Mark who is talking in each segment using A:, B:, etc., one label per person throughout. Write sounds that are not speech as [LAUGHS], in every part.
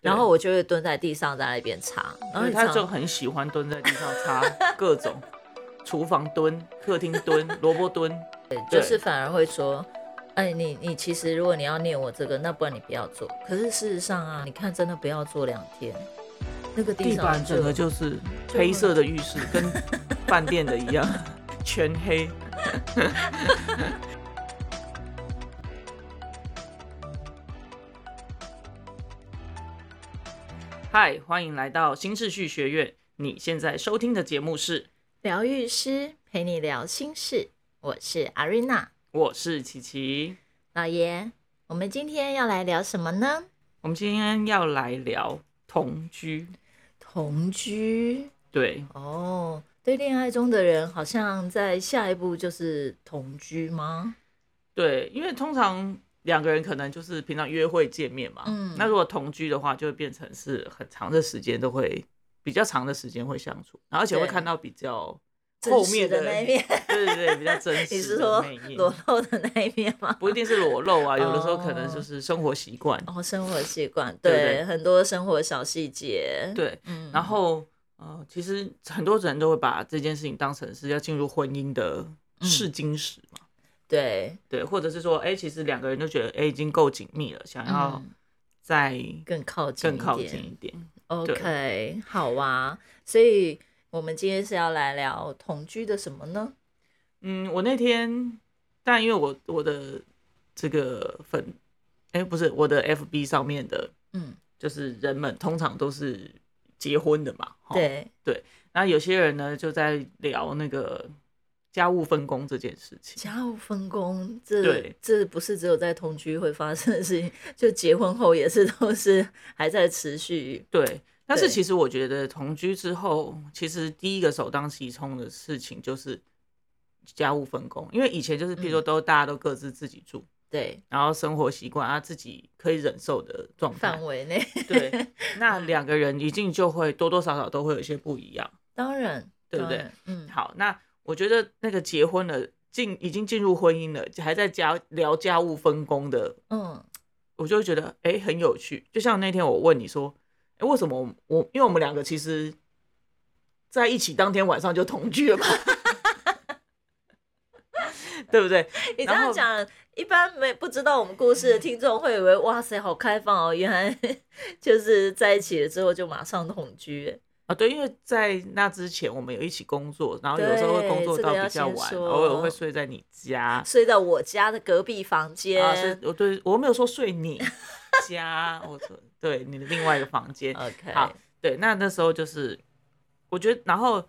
A: 然后我就会蹲在地上在那边擦，然后
B: 对
A: 你
B: 他
A: 常
B: 就很喜欢蹲在地上
A: [LAUGHS]
B: 擦各种厨房蹲、客厅蹲、萝卜蹲，对
A: 就是反而会说，哎，你你其实如果你要念我这个，那不然你不要做。可是事实上啊，你看真的不要做两天，那个 [LAUGHS] 地
B: 地
A: 上
B: 板整个
A: 就
B: 就是黑色的
A: [LAUGHS]
B: 浴室，跟饭店的一样，全黑。嗨，欢迎来到新秩序学院。你现在收听的节目是，
A: 疗愈师陪你聊心事，我是阿瑞娜
B: 我是琪琪。
A: 老爷。我们今天要来聊什么呢？
B: 我们今天要来聊同居。
A: 同居
B: 对，
A: 哦，对恋爱中的人，好像在下一步就是同居吗？
B: 对，因为通常两个人可能就是平常约会见面嘛，
A: 嗯
B: 那如果同居的话，就会变成是很长的时间都会比较长的时间会相处，然后而且会
A: 对
B: 看到比较
A: 真
B: 后
A: 实
B: 面
A: 的那一面
B: 对对对，
A: [LAUGHS]
B: 比较真
A: 你
B: 实
A: 是
B: 的
A: 说
B: 那一面，
A: 裸露的那一面吗？
B: 不一定是裸露啊，有的时候可能
A: 哦
B: 就是生活习惯，
A: 然后哦生活习惯，
B: 对
A: 对
B: 对
A: 很多生活小细节，，
B: 对，
A: 嗯
B: 然后呃，其实很多人都会把这件事情当成是要进入婚姻的
A: 嗯
B: 试金石嘛，
A: 对，
B: 对，或者是说，哎、其实两个人都觉得，哎、已经够紧密了，想要
A: 嗯
B: 再
A: 更靠近，
B: 更靠近一。点。
A: OK，好啊，所以我们今天是要来聊同居的什么呢？
B: 嗯，我那天，但因为我我的这个粉，哎、不是我的 FB 上面的，
A: 嗯，
B: 就是人们通常都是结婚的嘛，齁。
A: 对，
B: 那有些人呢就在聊那个家务分工这件事情，
A: 家务分工，这
B: 对
A: 这不是只有在同居会发生的事情，就结婚后也是都是还在持续。
B: 对。但是
A: 对
B: 其实我觉得同居之后，其实第一个首当其冲的事情就是家务分工，因为以前就是譬如说都大家都各自自己住，
A: 对，
B: 然后生活习惯啊自己可以忍受的状态
A: 范，围内，
B: 对，那两个人一定就会多多少少都会有一些不一样。
A: [LAUGHS] 当然，
B: 对不对
A: 当然？嗯，
B: 好，那我觉得那个结婚了，进已经进入婚姻了，还在家聊家务分工的，
A: 嗯，
B: 我就会觉得哎、诶很有趣。就像那天我问你说，哎、为什么我我因为我们两个其实在一起当天晚上就同居了嘛， [LAUGHS] 对不对？
A: 你这
B: 然
A: 样
B: 后
A: 讲，一般没不知道我们故事的听众会以为哇塞，好开放哦，原来 [LAUGHS] 就是在一起了之后就马上同居。
B: 啊，对，因为在那之前我们有一起工作，然后有时候会工
A: 对
B: 作
A: 这个
B: 到
A: 要
B: 比较
A: 先
B: 晚，
A: 说嗯
B: 偶尔会睡在你家，
A: 睡在我家的隔壁房间。
B: 啊，是我对我没有说睡你家， [LAUGHS] 我说对你的另外一个房
A: [LAUGHS]
B: 间。
A: OK，
B: 好，对，那那时候就是我觉得，然后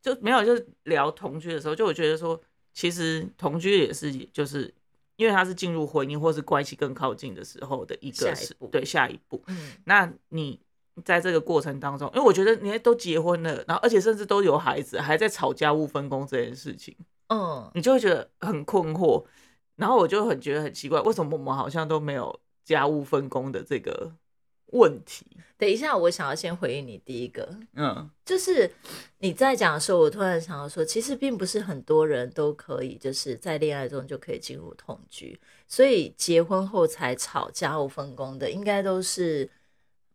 B: 就没有就是聊同居的时候，就我觉得说，其实同居也是就是因为他是进入婚姻或是关系更靠近的时候的一
A: 下
B: 个
A: 一
B: 是
A: 步
B: 对下一步。
A: 嗯，
B: 那你在这个过程当中，因为我觉得你都结婚了，然后而且甚至都有孩子，还在吵家务分工这件事情。
A: 嗯，
B: 你就会觉得很困惑。然后我就很觉得很奇怪，为什么我们好像都没有家务分工的这个问题？
A: 等一下，我想要先回应你第一个，
B: 嗯，
A: 就是你在讲的时候，我突然想到说，其实并不是很多人都可以，就是在恋爱中就可以进入同居，所以结婚后才吵家务分工的，应该都是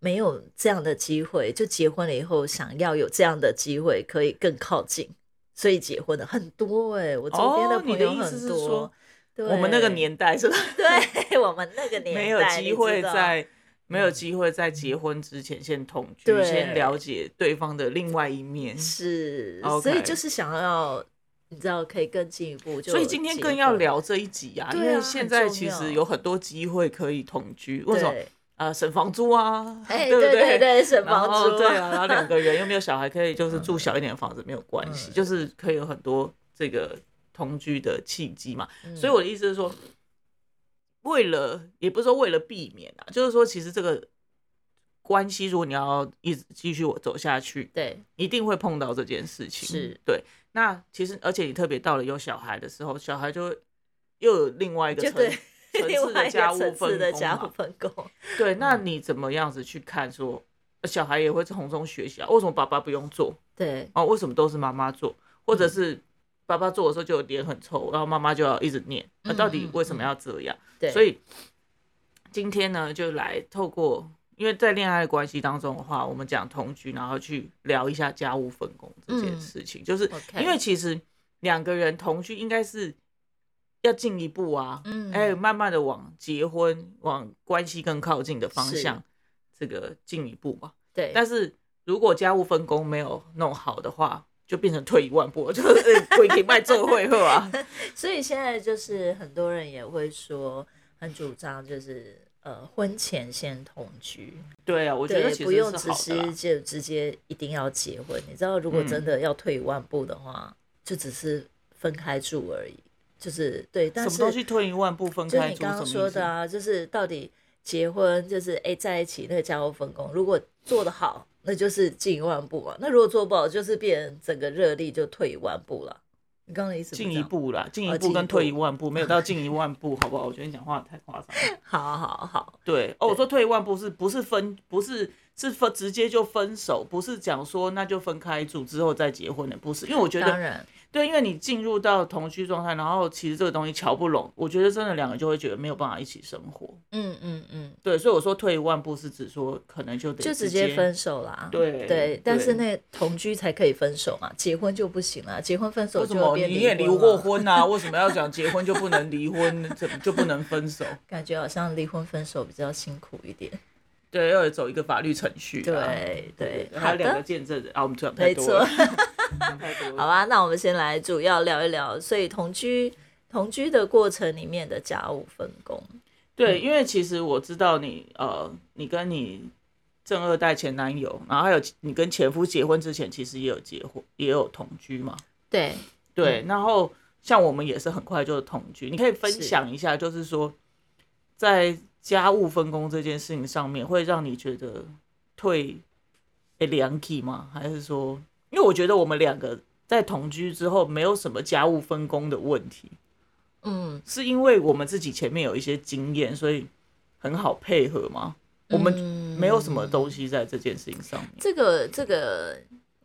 A: 没有这样的机会。就结婚了以后，想要有这样的机会，可以更靠近，所以结婚的很多哎、我周边
B: 哦你
A: 朋
B: 的
A: 友
B: 意思
A: 很
B: 是
A: 多
B: 说。
A: 对
B: 我们那个，年代是吧？ [LAUGHS]
A: 对 [LAUGHS] 我们那个年代
B: 没有机会
A: 你知道嗯
B: 在没有机会在结婚之前先同居，
A: 对
B: 先了解对方的另外一面。
A: 是
B: OK
A: 所以就是想要，你知道，可以更进一步就。
B: 所以今天更要，聊这一集啊，因
A: 对啊
B: 为现在
A: 很重
B: 其实
A: 要
B: 有很多机会可以同居，为什么？
A: 对，
B: 呃，省房租啊， [LAUGHS]
A: 哎，
B: 不
A: 对对对，省
B: 然
A: [LAUGHS] 房
B: 后
A: 租，
B: 对啊，然后两个人又没有小孩，可以就是住小一点的房子没有关系，
A: 嗯
B: 就是可以有很多这个同居的契机嘛。
A: 嗯
B: 所以我的意思是说，为了也不是说为了避免啊，就是说其实这个关系，如果你要一直继续我走下去，
A: 对
B: 一定会碰到这件事情。
A: 是
B: 对。那其实而且你特别到了有小孩的时候，小孩就会又有另外一个
A: 就
B: 层
A: 对
B: 层
A: 另
B: 次
A: 外
B: 的
A: 一
B: 家
A: 个
B: 务
A: 层次
B: 分
A: 的
B: 工
A: 家
B: 嘛
A: 务分工，
B: 对，那
A: 嗯
B: 你怎么样子去看说，呃小孩也会从中学习啊？为什么爸爸不用做
A: 对
B: 哦？为什么都是妈妈做？或者
A: 嗯
B: 是爸爸做的时候就脸很臭，然后妈妈就要一直念，那、
A: 嗯
B: 到底
A: 嗯
B: 为什
A: 嗯
B: 么要这样？
A: 对，
B: 所
A: 以
B: 以今天呢，就来透过，因因为在恋爱的关系当中的话，我们讲同居，然后去聊一下家务分工这件事情，就是
A: 嗯 OK
B: 因为其实两个人同居应该是要进一步啊，
A: 嗯
B: 哎、慢慢的往结婚、往关系更靠近的方
A: 是
B: 向，这个进一步嘛。
A: 对，
B: 但是如果家务分工没有弄好的话，就变成退一万步，就是哎鬼可以卖做会后啊。
A: [LAUGHS] 所以现在就是很多人也会说，很主张就是呃婚前先同居，
B: 对啊，我觉
A: 对，
B: 得其
A: 不
B: 实
A: 用
B: 是
A: 只
B: 好的
A: 是
B: 啦。嗯
A: 就直接一定要结婚。你知道，如果真的要退一万步的话，就只是分开住而已，就是对。但
B: 什
A: 是
B: 么东西退一万步分
A: 就是
B: 开
A: 你
B: 住？
A: 刚
B: 什
A: 刚
B: 么
A: 说
B: 意思
A: 的？啊，就是到底结婚就是哎、在一起那个家务分工，如果做得好，那就是进一万步嘛；那如果做不好，就是变整个热力就退一万步了。你刚刚的意思不是
B: 进
A: 这
B: 一
A: 样吗
B: 步啦，进
A: 哦
B: 一
A: 进
B: 步
A: 一
B: 跟退一
A: 步
B: 万步，没有
A: [LAUGHS]
B: 到进一万步，好不好？我觉得你讲话太夸张了。
A: 好好好，
B: 对，哦，我
A: 对
B: 说退一万步是不是分？不是是分直接就分手，不是讲说那就分开住之后再结婚的，不是。因为我觉
A: 当
B: 得
A: 然
B: 对，因为你进入到同居状态，然后其实这个东西瞧不拢，我觉得真的两个就会觉得没有办法一起生活。
A: 嗯嗯嗯，
B: 对，所以我说退一万步是指说可能就得
A: 就直接
B: 接
A: 分手啦。
B: 对
A: 对，但是
B: 对
A: 那同居才可以分手嘛，结婚就不行了。结婚分手
B: 为什
A: 就
B: 么
A: 会变
B: 你也
A: 离
B: 离
A: 婚
B: 过
A: 了，
B: 婚啊？为什么要讲结婚就不能离婚，怎么就不能分手？
A: 感觉好像离婚分手比较辛苦一点。
B: 对，要有走一个法律程序啊、
A: 对对
B: 还
A: 好
B: 有两
A: 的
B: 个见证人啊，我们讲
A: 没
B: 太多
A: 错
B: 了，，太多
A: 好 [LAUGHS]
B: 了。
A: 吧，那我们先来主要聊一聊，所以同居同居的过程里面的家务分工，
B: 对，因为其实我知道你呃，你跟你正二代前男友，然后还有你跟前夫结婚之前，其实也有结婚，也有同居嘛。
A: 对，
B: 对，然后像我们也是很快就同居，你可以
A: 嗯
B: 分
A: 是
B: 享一下，就是说在家务分工这件事情上面，会让你觉得退诶两 key 吗？还是说，因为我觉得我们两个在同居之后，没有什么家务分工的问题，
A: 嗯，
B: 是因为我们自己前面有一些经验，所以很好配合吗？我们
A: 嗯
B: 没有什么东西在这件事情上面。
A: 这个这个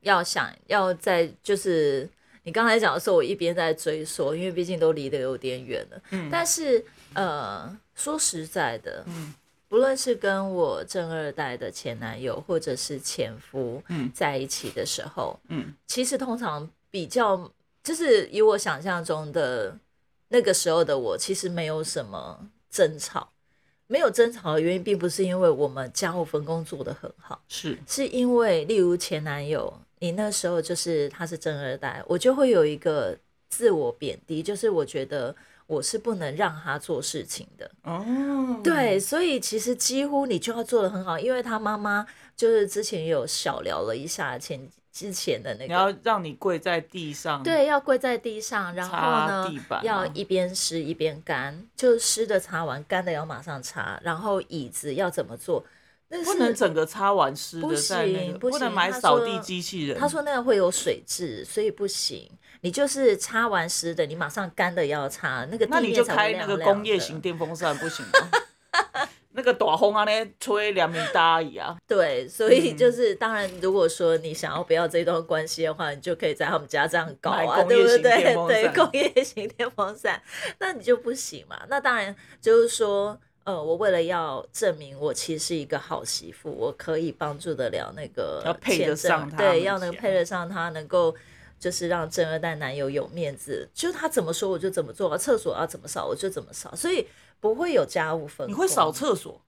A: 要想要在就是你刚才讲的时候，我一边在追溯，因为毕竟都离得有点远了。
B: 嗯
A: 但是呃，说实在的，
B: 嗯
A: 不论是跟我正二代的前男友或者是前夫
B: 嗯
A: 在一起的时候，
B: 嗯，
A: 其实通常比较就是以我想象中的那个时候的我，其实没有什么争吵。没有争吵的原因，并不是因为我们家务分工做得很好，
B: 是
A: 是因为，例如前男友，你那时候就是他是正二代，我就会有一个自我贬低，就是我觉得我是不能让他做事情的。
B: 哦，
A: 对，所以其实几乎你就要做的很好，因为他妈妈就是之前也有小聊了一下前之前的那
B: 你
A: 个。
B: 要让你跪在地上，
A: 对，要跪在地上，然后
B: 嗯擦
A: 呢
B: 地，板啊
A: 要
B: 吗
A: 一边湿一边干，就是湿的擦完，干的要马上擦。然后椅子要怎么做？那
B: 不
A: 是
B: 能整个擦完湿
A: 不
B: 的在那个，
A: 行不
B: 能
A: 行
B: 买
A: 他
B: 扫
A: 说
B: 地机器人。
A: 他说那个会有水渍，所以不行。你就是擦完湿的，你马上干的也要擦，那个
B: 那
A: 地
B: 你
A: 面
B: 就
A: 才会
B: 开那
A: 亮
B: 个
A: 亮
B: 工业
A: 的
B: 型电风扇不行吗？
A: [LAUGHS]
B: 那个大风啊，那吹两米大椅啊，
A: 对，所以
B: 嗯
A: 就是、当然，如果说你想要不要这段关系的话，你就可以在他们家这样搞啊，
B: 买工业
A: 对不
B: 型
A: 对？
B: 电风
A: 对，
B: 扇
A: 工业型电风扇，那你就不行嘛。那当然就是说，呃，我为了要证明我其实是一个好媳妇，我可以帮助得了那个
B: 要配得
A: 前阵
B: 上他
A: 对，
B: 们
A: 要能
B: 家
A: 配得上他，能够。就是让正二代男友有面子，就是他怎么说我就怎么做，厕所要怎么扫我就怎么扫，所以不会有家务分工。
B: 你会扫厕所？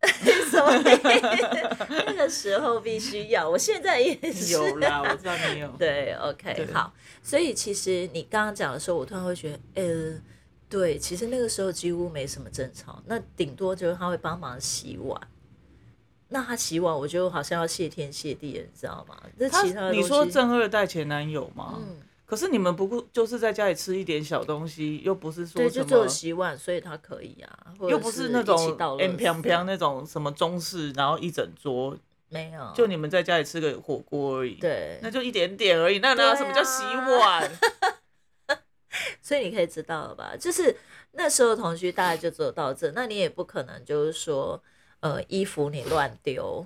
A: 什么意思？那个时候必须要，我现在也是。
B: 有啦，我知道你有。
A: 对，OK，
B: 对
A: 好。所以其实你刚刚讲的时候，我突然会觉得，呃，对，其实那个时候几乎没什么争吵，那顶多就是他会帮忙洗碗。那他洗碗，我就好像要谢天谢地了，你知道吗？这
B: 他
A: 其他的
B: 你
A: 东
B: 说
A: 西
B: 正二代前男友吗？
A: 嗯
B: 可是你们不过就是在家里吃一点小东西，又不是说
A: 对，就
B: 什
A: 只有
B: 么，
A: 洗碗，所以他可以啊，或者
B: 又不
A: 是
B: 那
A: 一起
B: 种
A: 倒垃
B: M 飘飘
A: 圾啊
B: 那种什么中式，然后一整桌，
A: 没有，
B: 就你们在家里吃个火锅而已。
A: 对，
B: 那就一点点而已，那
A: 对啊啊
B: 那什么叫洗碗？
A: 所以你可以知道了吧？就是那时候同居大概就只有到这，那你也不可能就是说，呃，衣服你乱丢，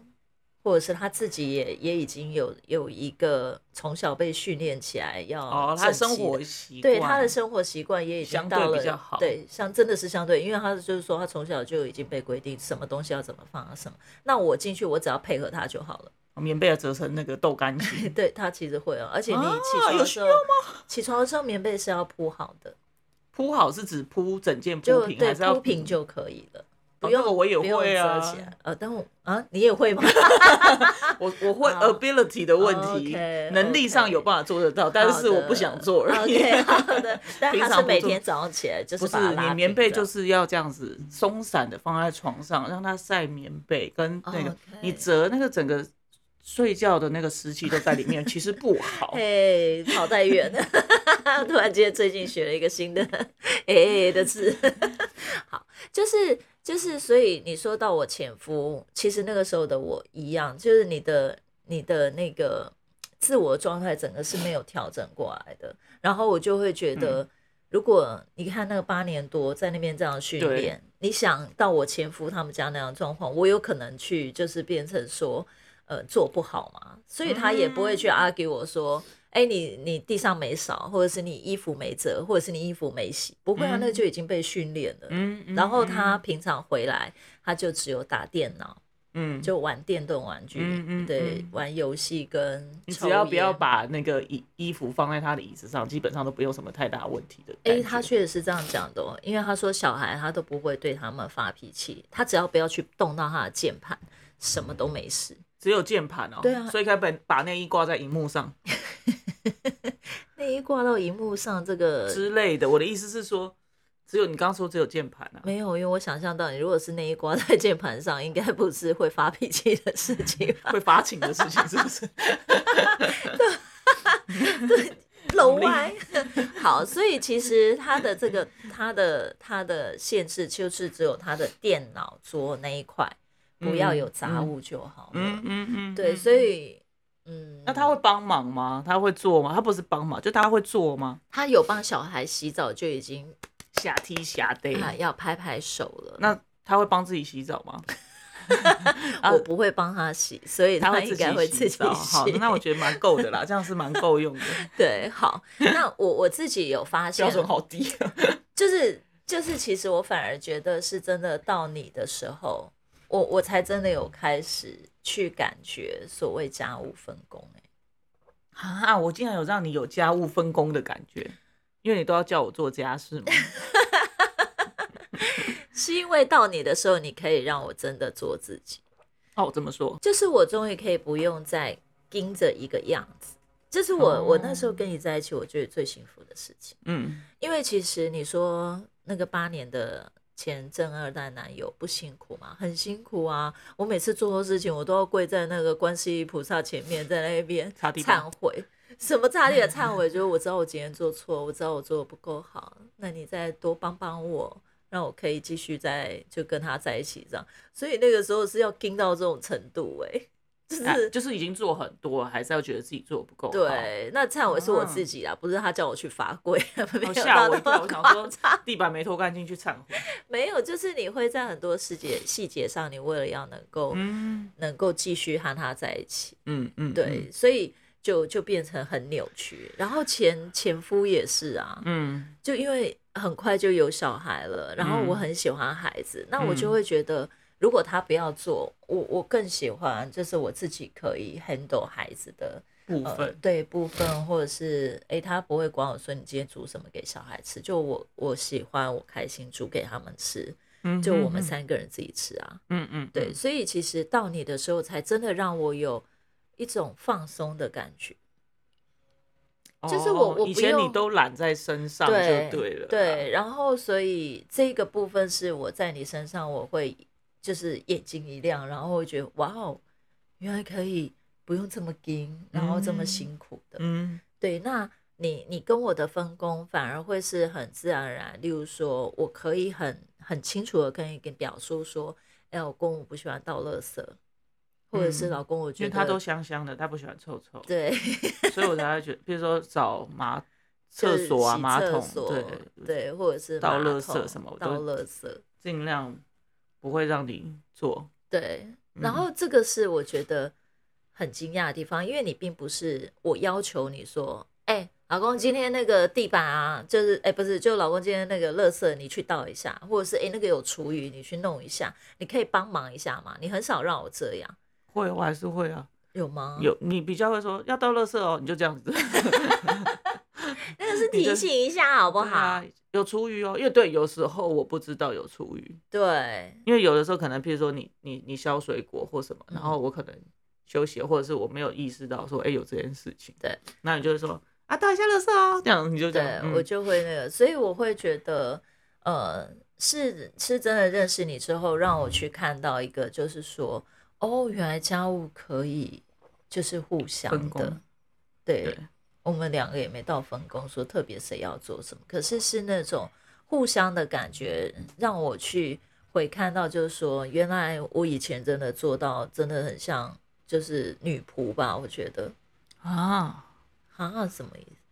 A: 或者是他自己也也已经有有一个从小被训练起来要
B: 哦，他的
A: 正气
B: 生
A: 的
B: 活习惯，
A: 对他的生活习惯也已经
B: 相对
A: 到了
B: 比较好
A: 对，像真的是相对，因为他就是说他从小就已经被规定什么东西要怎么放啊什么，那我进去我只要配合他就好了。 [LAUGHS]
B: 哦棉被要折成那个豆干 [LAUGHS] 形，
A: 对他其实会哦，而且你
B: 啊
A: 起床
B: 有
A: 的
B: 需
A: 时候，起床的时候棉被是要铺好的，
B: 铺好是指铺整件铺
A: 就
B: 平，
A: 对
B: 还是要
A: 铺平就可以了。
B: 哦
A: 不用，
B: 那个我也
A: 不用
B: 会啊
A: 折起来。呃，但我啊，你也会吗？
B: 我我会
A: 好
B: ability 的问题
A: OK，
B: 能力上
A: OK
B: 有办法做得到， [LAUGHS] 但是我不想做而已。
A: OK，好的，但
B: 平
A: 他
B: 常
A: 是
B: 不
A: 每
B: 做
A: 天早上起来就
B: [LAUGHS] 不
A: 是
B: 是
A: 把它拉
B: 你棉被就是是要这样子松散的放在床上，让它晒棉被跟那个
A: 哦 OK
B: 你折那个整个睡觉的那个湿气都在里面，其实不好。
A: [LAUGHS] 嘿，跑太远了。 [LAUGHS] 突然间最近学了一个新的哎、的字， [LAUGHS] 好，就是就是，所以你说到我前夫，其实那个时候的我一样，就是你的你的那个自我状态整个是没有调整过来的，然后我就会觉得，如果你看那个八年多在那边这样训
B: 对
A: 练，你想到我前夫他们家那样的状况，我有可能去就是变成说。呃做不好嘛，所以他也不会去
B: 嗯
A: argue 我说，哎、你你地上没扫，或者是你衣服没折，或者是你衣服没洗，不会啊，
B: 嗯
A: 那就已经被训练了。
B: 嗯，嗯
A: 然后他
B: 嗯
A: 平常回来，他就只有打电脑，
B: 嗯，
A: 就玩电动玩具，
B: 嗯嗯
A: 对
B: 嗯，
A: 玩游戏跟
B: 你
A: 抽
B: 只要不要
A: 烟
B: 把那个衣衣服放在他的椅子上，基本上都不用什么太大问题的感
A: 哎、
B: 觉。
A: 他确实是这样讲的、哦，因为他说小孩他都不会对他们发脾气，他只要不要去动到他的键盘，什么都没事。
B: 只有键盘哦，
A: 对啊
B: 所以可以把把内衣挂在荧幕上
A: 内衣挂到荧幕上，这个
B: 之类的。我的意思是说，只有你刚刚说只有键盘啊，
A: 没有，因为我想象到你如果是内衣挂在键盘上，应该不是会发脾气的事情
B: [LAUGHS]
A: 吧？
B: 会发情的事情是不是？ [LAUGHS]
A: 楼外好，所以其实他的这个他的他的限制就是只有他的电脑桌那一块，不要有杂物就好了。
B: 嗯嗯嗯，
A: 对，
B: 嗯
A: 所以嗯，
B: 那他会帮忙吗？他会做吗？他不是帮忙，就他会做吗？
A: 他有帮小孩洗澡就已经
B: 下踢下地，
A: 啊要拍拍手了。
B: 哎那他会帮自己洗澡吗？
A: 我不会帮他洗，所以
B: 啊他会
A: 应
B: 自
A: 该会自
B: 己洗
A: 己洗。
B: 澡。好，那我觉得蛮够的啦，这样是蛮够用的，
A: [LAUGHS] 对好，那我我自己有发现
B: [LAUGHS] 标，准好低啊。
A: 就是就是，其实我反而觉得是真的到你的时候，我我才真的有开始去感觉所谓家务分工、欸。
B: 啊，我竟然有让你有家务分工的感觉，因为你都要叫我做家事嘛。
A: 是因为到你的时候，你可以让我真的做自己，
B: 哦，这么说，
A: 就是我终于可以不用再盯着一个样子。这是我、我那时候
B: 哦
A: 跟你在一起，我觉得最幸福的事情。
B: 嗯，
A: 因为其实你说那个八年的前正二代男友不辛苦吗？很辛苦啊！我每次做错事情，我都要跪在那个观世音菩萨前面，在那边
B: 擦地板
A: 忏悔。什么大力
B: [LAUGHS]
A: 的忏悔？就是我知道我今天做错，我知道我做的不够好，那你再多帮帮我，让我可以继续再就跟他在一起这样。所以那个时候是要盯到这种程度、欸，就是、
B: 啊就是已经做很多了，还是要觉得自己做得不够好。嗯
A: 对。那忏悔是我自己啦，不是他叫我去罚跪， [LAUGHS] 没有
B: 哦，吓
A: 到
B: 我
A: 那
B: 一跳！
A: 么
B: 我想
A: 夸
B: 说
A: 张。
B: 地板没拖干净去忏悔。
A: 没有，就是你会在很多细节细节上，你为了要能够、
B: 嗯
A: 能够继续和他在一起，
B: 嗯嗯，
A: 对，所以就就变成很扭曲。然后前前夫也是啊，
B: 嗯，
A: 就因为很快就有小孩了，然后
B: 嗯
A: 我很喜欢孩子，那我就
B: 嗯
A: 会觉得，如果他不要做，我我更喜欢就是我自己可以 handle 孩子的
B: 嗯，部
A: 呃
B: 分。
A: 对部分，或者是诶，他不会管我说你今天煮什么给小孩吃，就我我喜欢我开心煮给他们吃。
B: 嗯
A: 就我们
B: 嗯
A: 三个人自己吃啊。
B: 嗯嗯，
A: 对，所以其实到你的时候，才真的让我有一种放松的感觉。
B: 嗯，
A: 就是我
B: 哦
A: 我不
B: 以前你
A: 用
B: 都揽在身上就
A: 对
B: 对了，
A: 对，，然后所以这个部分是我在你身上，我会就是眼睛一亮，然后会觉得哇哦，原来可以不用这么盯，然后这么
B: 嗯
A: 辛苦的。
B: 嗯
A: 对，那你你跟我的分工反而会是很自然而然，例如说，我可以很很清楚的跟一个表述说，哎、老公我不喜欢倒垃圾，或者是
B: 嗯
A: 老公我
B: 因
A: 觉
B: 为
A: 得
B: 他都香香的，他不喜欢臭臭，
A: 对，
B: 所以我才会觉得，比如说找马
A: 就
B: 厕
A: 是
B: 所
A: [LAUGHS]
B: 啊、
A: 洗
B: 马
A: 厕
B: 桶，
A: 所
B: 对
A: 对，，或者是
B: 倒
A: 马
B: 垃圾
A: 桶
B: 什么我
A: 倒
B: 都
A: 垃圾，
B: 尽量不会让你做。
A: 对。
B: 嗯
A: 然后这个是我觉得很惊讶的地方，因为你并不是我要求你说，哎、老公今天那个地板啊，就是哎、不是，就老公今天那个垃圾你去倒一下，或者是哎、那个有厨余你去弄一下，你可以帮忙一下嘛。你很少让我这样，
B: 会，我还是会啊。
A: 有吗？，
B: 有你比较会说要倒垃圾哦，你就这样子。
A: 那个是
B: 你
A: 提
B: 就
A: 醒一下好不
B: 对啊
A: 好？，
B: 有厨余哦，因为对，有时候我不知道有厨余，
A: 对，
B: 因为有的时候可能，譬如说你你你削水果或什么，
A: 嗯
B: 然后我可能休息，或者是我没有意识到说，哎、有这件事情。
A: 对，
B: 那你就会说啊，倒一下垃圾哦，这样你就这
A: 对
B: 样。，嗯
A: 我就会那个，所以我会觉得，呃，是是真的认识你之后，让我去看到一个，就是说，哦，原来家务可以就是互相
B: 分
A: 的
B: 工，
A: 对
B: 对
A: 我们两个也没到分工，说特别谁要做什么，可是是那种互相的感觉，让我去回看到，就是说，原来我以前真的做到真的很像就是女仆吧，我觉得
B: 啊，
A: 啊，什么意思？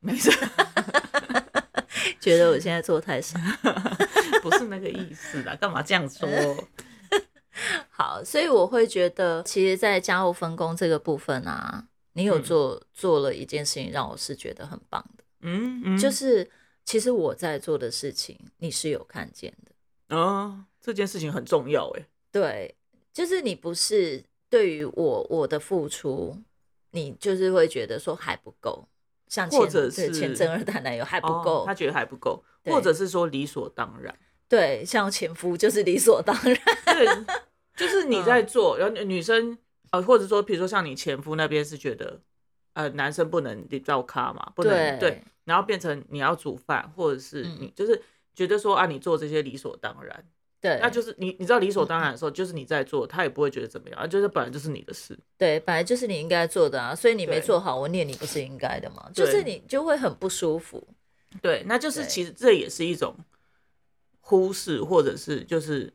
B: 没事， [LAUGHS]
A: 觉得我现在做太少。
B: 不是那个意思啦，干嘛这样说？
A: 好，所以我会觉得，其实，在家务分工这个部分啊，你有
B: 嗯
A: 做、做了一件事情，让我是觉得很棒的，
B: 嗯嗯，
A: 就是其实我在做的事情，你是有看见的，
B: 嗯，这件事情很重要哎、
A: 对，就是你不是对于我我的付出，你就是会觉得说还不够，像前
B: 或者
A: 对前
B: 是
A: 正二代男友还不
B: 哦
A: 够，
B: 他觉得还不够，
A: 对
B: 或者是说理所当然。
A: 对，像前夫就是理所当然，
B: 对，就是你
A: 嗯
B: 在做，然后女生呃，或者说比如说像你前夫那边是觉得，呃，男生不能照咖嘛，不能
A: 对
B: 对，然后变成你要煮饭，或者是
A: 嗯
B: 你、就是觉得说啊，你做这些理所当然，
A: 对，嗯
B: 那就是你你知道理所当然的时候，就是你在做，他也不会觉得怎么样，啊就是本来就是你的事，
A: 对，本来就是你应该做的啊，所以你没
B: 对
A: 做好，我念你不是应该的嘛，就是
B: 对
A: 你就会很不舒服。
B: 对，那就是
A: 对
B: 其实这也是一种忽视，或者是就是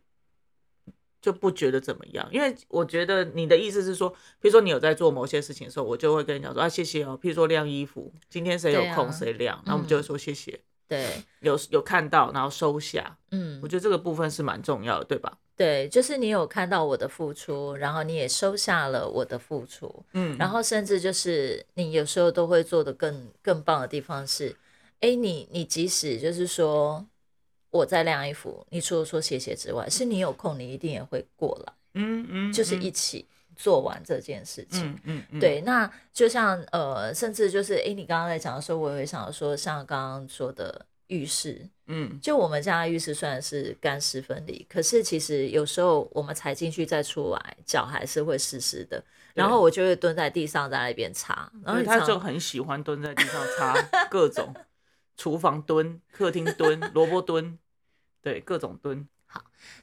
B: 就不觉得怎么样。因为我觉得你的意思是说，比如说你有在做某些事情的时候，我就会跟你讲说啊，谢谢哦。譬如说晾衣服，今天谁有
A: 对啊嗯
B: 空谁晾，那、我们就会说谢谢，
A: 对，
B: 有有看到，然后收下。
A: 嗯
B: 我，觉得这个部分是蛮重要的，对吧？
A: 对，就是你有看到我的付出，然后你也收下了我的付出，
B: 嗯，
A: 然后甚至就是你有时候都会做的更更棒的地方是，哎，你你即使就是说我在晾衣服，你除了说谢谢之外，是你有空你一定也会过来，
B: 嗯嗯，
A: 就是一起做完这件事情。
B: 嗯嗯嗯，
A: 对，那就像呃，甚至就是诶，你刚刚在讲的时候，我也会想说，像刚刚说的浴室，
B: 嗯，
A: 就我们家的浴室虽然是干湿分离，可是其实有时候我们踩进去再出来，脚还是会湿湿的。然后我就会蹲在地上在那边擦，然后
B: 对
A: 你
B: 他
A: 常
B: 就很喜欢蹲在地上擦各种厨房蹲、客厅蹲、萝卜蹲，对各种蹲。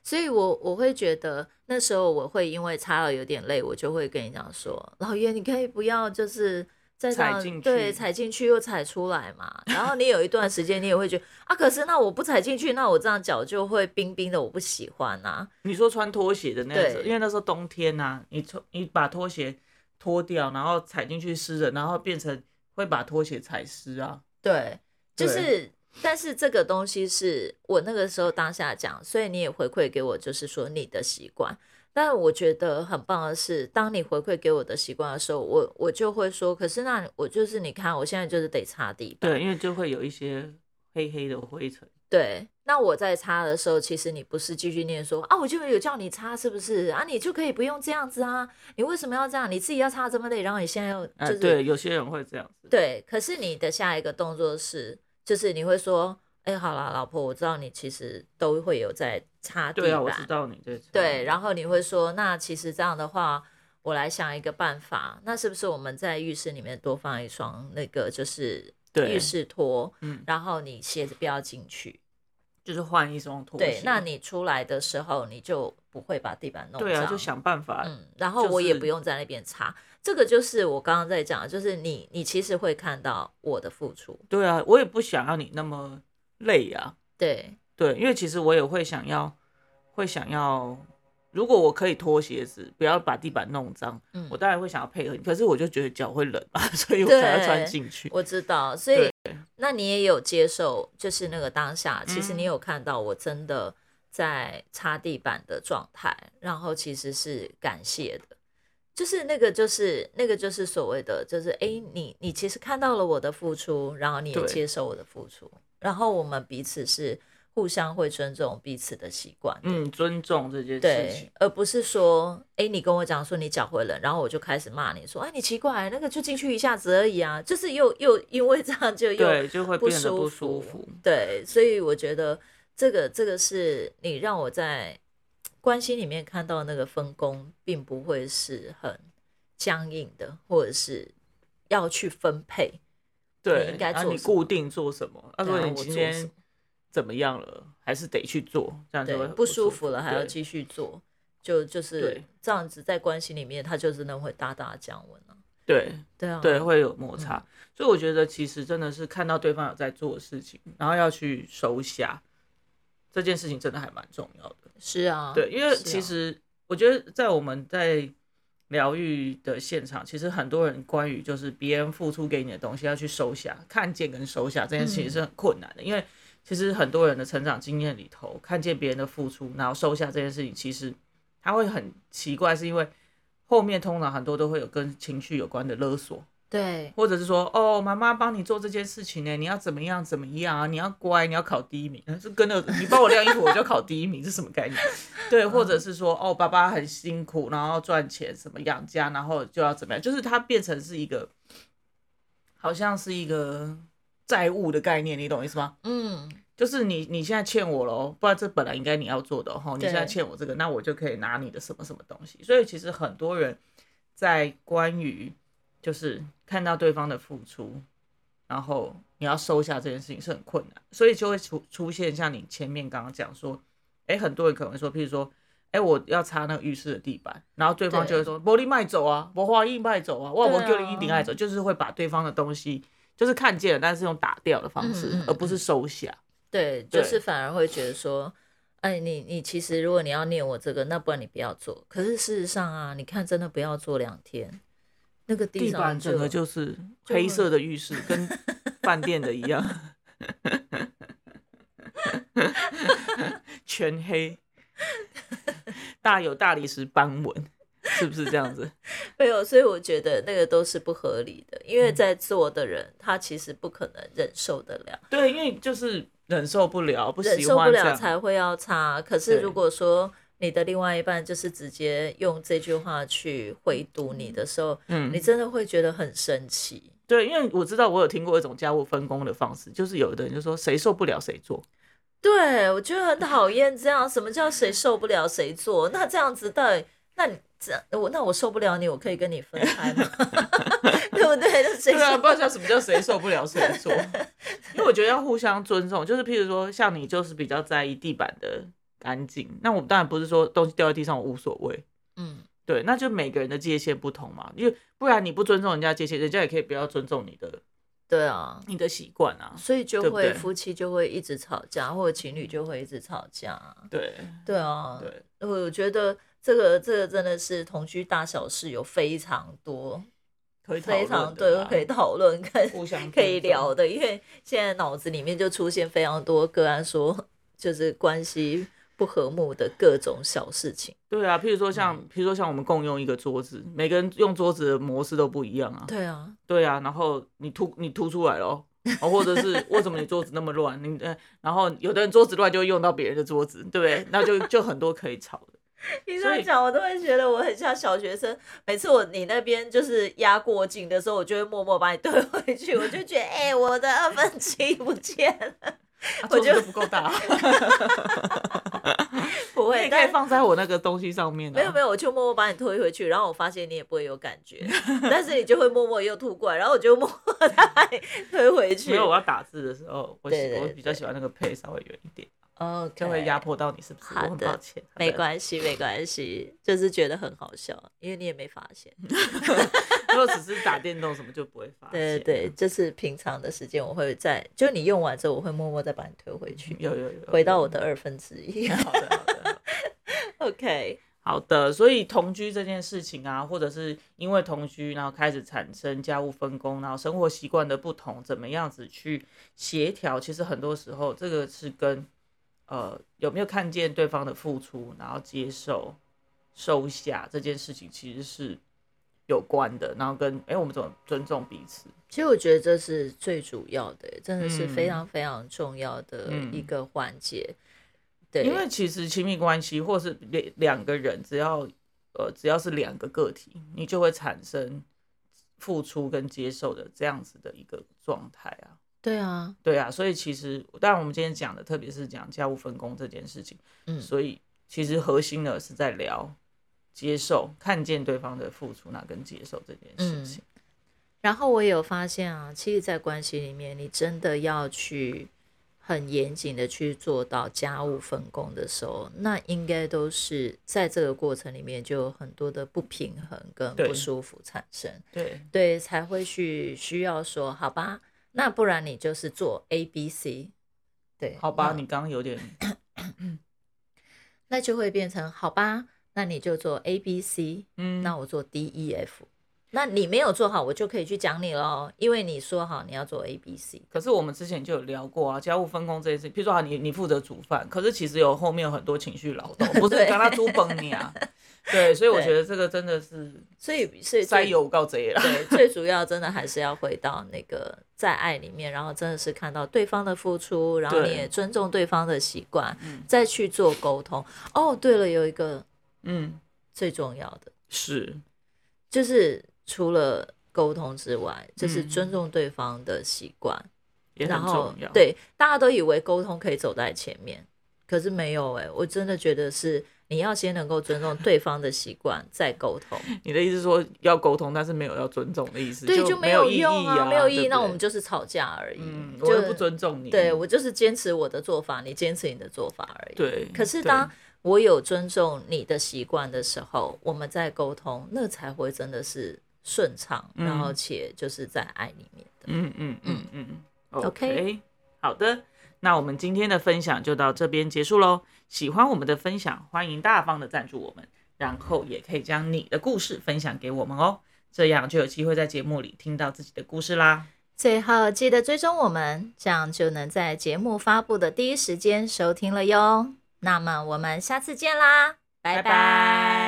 A: 所以我我会觉得那时候我会因为擦到有点累，我就会跟你讲说，老袁，你可以不要就是再这
B: 踩
A: 样
B: 进去
A: 对踩进去又踩出来嘛。然后你有一段时间你也会觉得啊，可是那我不踩进去，那我这样脚就会冰冰的，我不喜欢啊。
B: 你说穿拖鞋的那样子，
A: 对
B: 因为那时候冬天呐、你穿你把拖鞋脱掉，然后踩进去湿的，然后变成会把拖鞋踩湿啊。
A: 对，就
B: 对
A: 是。但是这个东西是我那个时候当下讲，所以你也回馈给我，就是说你的习惯。但我觉得很棒的是，当你回馈给我的习惯的时候，我我就会说，可是那我就是你看，我现在就是得擦地板。
B: 对，因为就会有一些黑黑的灰尘。
A: 对，那我在擦的时候，其实你不是继续念说啊，我就有叫你擦，是不是啊？你就可以不用这样子啊，你为什么要这样？你自己要擦这么累，然后你现在又
B: 哎、
A: 就是、
B: 对，有些人会这样子。
A: 对可是你的下一个动作是，就是你会说，哎、好啦，老婆，我知道你其实都会有在擦地
B: 对啊，
A: 板，
B: 我知道你在。
A: 对，然后你会说，那其实这样的话，我来想一个办法，那是不是我们在浴室里面多放一双那个就是
B: 对
A: 浴室拖，
B: 嗯，
A: 然后你鞋子不要进去。
B: 就是换一双拖鞋。
A: 对，那你出来的时候，你就不会把地板弄
B: 对啊，
A: 脏
B: 就想办法。
A: 嗯，然后我也不用在那边擦。这个就是我刚刚在讲的，就是你你其实会看到我的付出，
B: 对啊，我也不想要你那么累啊。
A: 对
B: 对，因为其实我也会想要，会想要，如果我可以脱鞋子，不要把地板弄脏，
A: 嗯
B: 我当然会想要配合你。可是我就觉得脚会冷嘛， [LAUGHS] 所以我才
A: 对
B: 要穿进去。
A: 我知道，所以
B: 对，
A: 那你也有接受，就是那个当下，其实
B: 嗯
A: 你有看到我真的在擦地板的状态，然后其实是感谢的，就是那个就是那个就是所谓的就是哎、诶你你其实看到了我的付出，然后你也
B: 对
A: 接受我的付出，然后我们彼此是互相会尊重彼此的习惯的。
B: 嗯，尊重这件事
A: 对
B: 情，，
A: 而不是说，哎、你跟我讲说你脚会冷，然后我就开始骂你说，哎，你奇怪，那个就进去一下子而已啊，就是又又因为这样就又
B: 对，就会变得不
A: 舒
B: 舒服。
A: 对，所以我觉得这个这个是你让我在关系里面看到那个分工，并不会是很僵硬的，或者是要去分配。
B: 对，
A: 应该
B: 然后
A: 做
B: 你
A: 什
B: 固
A: 么
B: 定做什么？他
A: 对
B: 说
A: 啊
B: 你
A: 我做
B: 今
A: 什
B: 天
A: 么
B: 怎么样了，还是得去做，这样就
A: 对
B: 会，
A: 不舒服了还要
B: 对
A: 继续做，就就是
B: 对
A: 这样子，在关系里面，他就真的会大大降温了、
B: 对
A: 对啊，
B: 对，会有摩擦。所以我觉得其实真的是看到对方有在做的事情，然后要去收下这件事情，真的还蛮重要的。
A: 是啊，
B: 对，因为
A: 是啊
B: 其实我觉得在我们在疗愈的现场，其实很多人关于就是别人付出给你的东西要去收下、看见跟收下这件事情是很困难的，因为其实很多人的成长经验里头，看见别人的付出，然后收下这件事情，其实他会很奇怪，是因为后面通常很多都会有跟情绪有关的勒索，
A: 对
B: 或者是说，哦，妈妈帮你做这件事情呢，你要怎么样怎么样啊？你要乖，你要考第一名，呃是跟那个你帮我晾衣服，我就考第一名，是什么概念？对，或者是说，哦，爸爸很辛苦，然后赚钱，怎么养家，然后就要怎么样？就是它变成是一个，好像是一个债务的概念，你懂我意思吗？
A: 嗯，
B: 就是你你现在欠我喽，不然这本来应该你要做的哦，吼你
A: 对
B: 现在欠我这个，那我就可以拿你的什么什么东西。所以其实很多人在关于就是看到对方的付出，然后你要收下这件事情是很困难，所以就会出出现像你前面刚刚讲说，哎、很多人可能会说，譬如说。哎、我要擦那个浴室的地板，然后对方
A: 对
B: 就会说“玻璃卖走啊，我花艺卖走啊，哇，我
A: 对啊
B: 给你一顶爱走”，就是会把对方的东西就是看见了，但是用打掉的方式，
A: 嗯嗯嗯
B: 而不是收下。
A: 对，就是
B: 对
A: 反而会觉得说，哎，你你其实如果你要念我这个，那不然你不要做。可是事实上啊，你看真的不要做两天，那个地
B: 地
A: 上
B: 板整个
A: 就
B: 就是黑色的浴室，跟饭店的一样，全黑，大有大理石斑纹，是不是这样子？
A: 没有，所以我觉得那个都是不合理的，因
B: 嗯
A: 为在做的人、他其实不可能忍受得了，
B: 对，因为就是忍受不了，不
A: 忍
B: 喜
A: 受不
B: 欢这
A: 了
B: 样。
A: 才会要擦。可是
B: 对
A: 如果说你的另外一半就是直接用这句话去回堵你的时候，你
B: 嗯，
A: 真的会觉得很生气。
B: 对，因为我知道我有听过一种家务分工的方式，就是有的人就说谁受不了谁做，
A: 对，我觉得很讨厌这样。什么叫谁受不了谁做？那这样子到底，那你这样我那我受不了你，我可以跟你分开吗？ [LAUGHS] 对不对？那谁
B: 对啊，
A: 受
B: 不知道叫什么叫谁受不了谁
A: [LAUGHS]
B: 做，因为我觉得要互相尊重。就是譬如说，像你就是比较在意地板的干净，那我当然不是说东西掉在地上我无所谓，
A: 嗯，
B: 对，那就每个人的界限不同嘛，因为不然你不尊重人家的界限，人家也可以不要尊重你的
A: 对啊，
B: 你的习惯啊。
A: 所以就
B: 对
A: 会
B: 不对
A: 夫妻就会一直吵架，或者情侣就会一直吵架。
B: 对
A: 对啊，
B: 对，
A: 我觉得这个这个真的是同居大小事有非常多
B: 可以讨
A: 非
B: 论
A: 常
B: 的
A: 对
B: 啦
A: 可以讨论跟
B: 互相
A: [LAUGHS] 可以
B: 尊重
A: 聊的，因为现在脑子里面就出现非常多个案说，就是关系不和睦的各种小事情。
B: 对啊，譬如说像，
A: 嗯
B: 譬如说像我们共用一个桌子，每个人用桌子的模式都不一样啊。
A: 对啊，
B: 对啊，然后你凸你凸出来咯，哦，或者是为什么你桌子那么乱？你呃，然后有的人桌子乱就会用到别人的桌子，对不对？那就就很多可以吵的。
A: 你这
B: 所以
A: 样讲，我都会觉得我很像小学生。每次我你那边就是压过境的时候，我就会默默把你推回去，我就觉得哎、我的二分之一不见了。
B: 啊
A: 我
B: 桌子
A: 就
B: 都不够
A: [LAUGHS]
B: 大，
A: 不
B: 你 [LAUGHS]
A: 会，
B: 也可以
A: 但
B: 放在我那个东西上面、啊。
A: 没有没有，我就默默把你推回去，然后我发现你也不会有感觉， [LAUGHS] 但是你就会默默又吐过来，然后我就默默地把你推回去。
B: 没有，我要打字的时候，我喜
A: 对对
B: 我比较
A: 对
B: 喜欢那个配稍微远一点，
A: OK，
B: 就会压迫到你，是不是？
A: 好
B: 我很
A: 的
B: 抱歉。啊好
A: 没
B: 的
A: 关系，没关系，就是觉得很好笑，因为你也没发现。
B: 如果只是打电动什么就不会发
A: 对
B: 现。
A: 对对，就是平常的时间，我会在就你用完之后，我会默默再把你推回去，
B: 有有有，
A: 回到
B: 有
A: 我的。二分之一。 [LAUGHS]
B: 好的好的。
A: OK，
B: 好的，所以同居这件事情啊，或者是因为同居，然后开始产生家务分工，然后生活习惯的不同，怎么样子去协调？其实很多时候这个是跟呃有没有看见对方的付出，然后接受、收下这件事情其实是有关的，然后跟哎、诶我们怎么尊重彼此？
A: 其实我觉得这是最主要的，真的是非
B: 嗯
A: 常非常重要的
B: 嗯
A: 一个环节。对，
B: 因为其实亲密关系或是两两个人，只要呃只要是两个个体，你就会产生付出跟接受的这样子的一个状态啊。
A: 对啊，
B: 对啊，所以其实当然我们今天讲的，特别是讲家务分工这件事情，
A: 嗯
B: 所以其实核心呢是在聊接受、看见对方的付出，那跟接受这件
A: 嗯
B: 事情。
A: 然后我也有发现啊，其实，在关系里面，你真的要去很严谨的去做到家务分工的时候，那应该都是在这个过程里面就有很多的不平衡跟
B: 对
A: 不舒服产生，
B: 对
A: 对，才会去需要说，好吧，那不然你就是做 A、B、C，对，
B: 好吧，
A: 那
B: 你刚刚有点
A: 那就会变成好吧，那你就做 A、B、C，
B: 嗯，
A: 那我做 D、E、F。那你没有做好，我就可以去讲你喽，因为你说好你要做 A、B、C。
B: 可是我们之前就有聊过啊，家务分工这件事，譬如说啊，你你负责煮饭，可是其实有后面有很多情绪劳
A: [LAUGHS]
B: 动，不是
A: 对
B: 跟他猪崩你
A: [LAUGHS]
B: 啊。对，所以我
A: 对
B: 觉得这个真的是
A: 所以，所以
B: 塞
A: 最
B: 油告贼了。
A: 对最主要真的还是要回到那个在爱里面，然后真的是看到对方的付出，然后
B: 对
A: 你也尊重对方的习惯
B: 嗯，
A: 再去做沟通。哦，对了，有一个
B: 嗯，
A: 最重要的
B: 是，
A: 就是除了沟通之外，就是
B: 嗯
A: 尊重对方的习惯。
B: 也
A: 然
B: 很
A: 后
B: 重要。，
A: 对大家都以为沟通可以走在前面，可是没有哎、我真的觉得是你要先能够尊重对方的习惯，再沟通。
B: 你的意思是说要沟通，但是没有要尊重的意思，
A: 对，
B: 就
A: 没
B: 有
A: 有用
B: 啊，
A: 没有意义，
B: 对不对
A: 那我们就是吵架而已。
B: 嗯，
A: 就
B: 我又不尊重你，
A: 对我就是坚持我的做法，你坚持你的做法而已。
B: 对。
A: 可是
B: 对
A: 当我有尊重你的习惯的时候，我们在沟通，那才会真的是顺畅，
B: 嗯
A: 然后且就是在爱里面的。
B: 嗯嗯嗯嗯
A: ，OK
B: 好的，那我们今天的分享就到这边结束喽。喜欢我们的分享，欢迎大方的赞助我们，然后也可以将你的故事分享给我们哦，这样就有机会在节目里听到自己的故事啦。
A: 最后记得追踪我们，这样就能在节目发布的第一时间收听了哟。那么我们下次见啦，拜拜。
B: 拜拜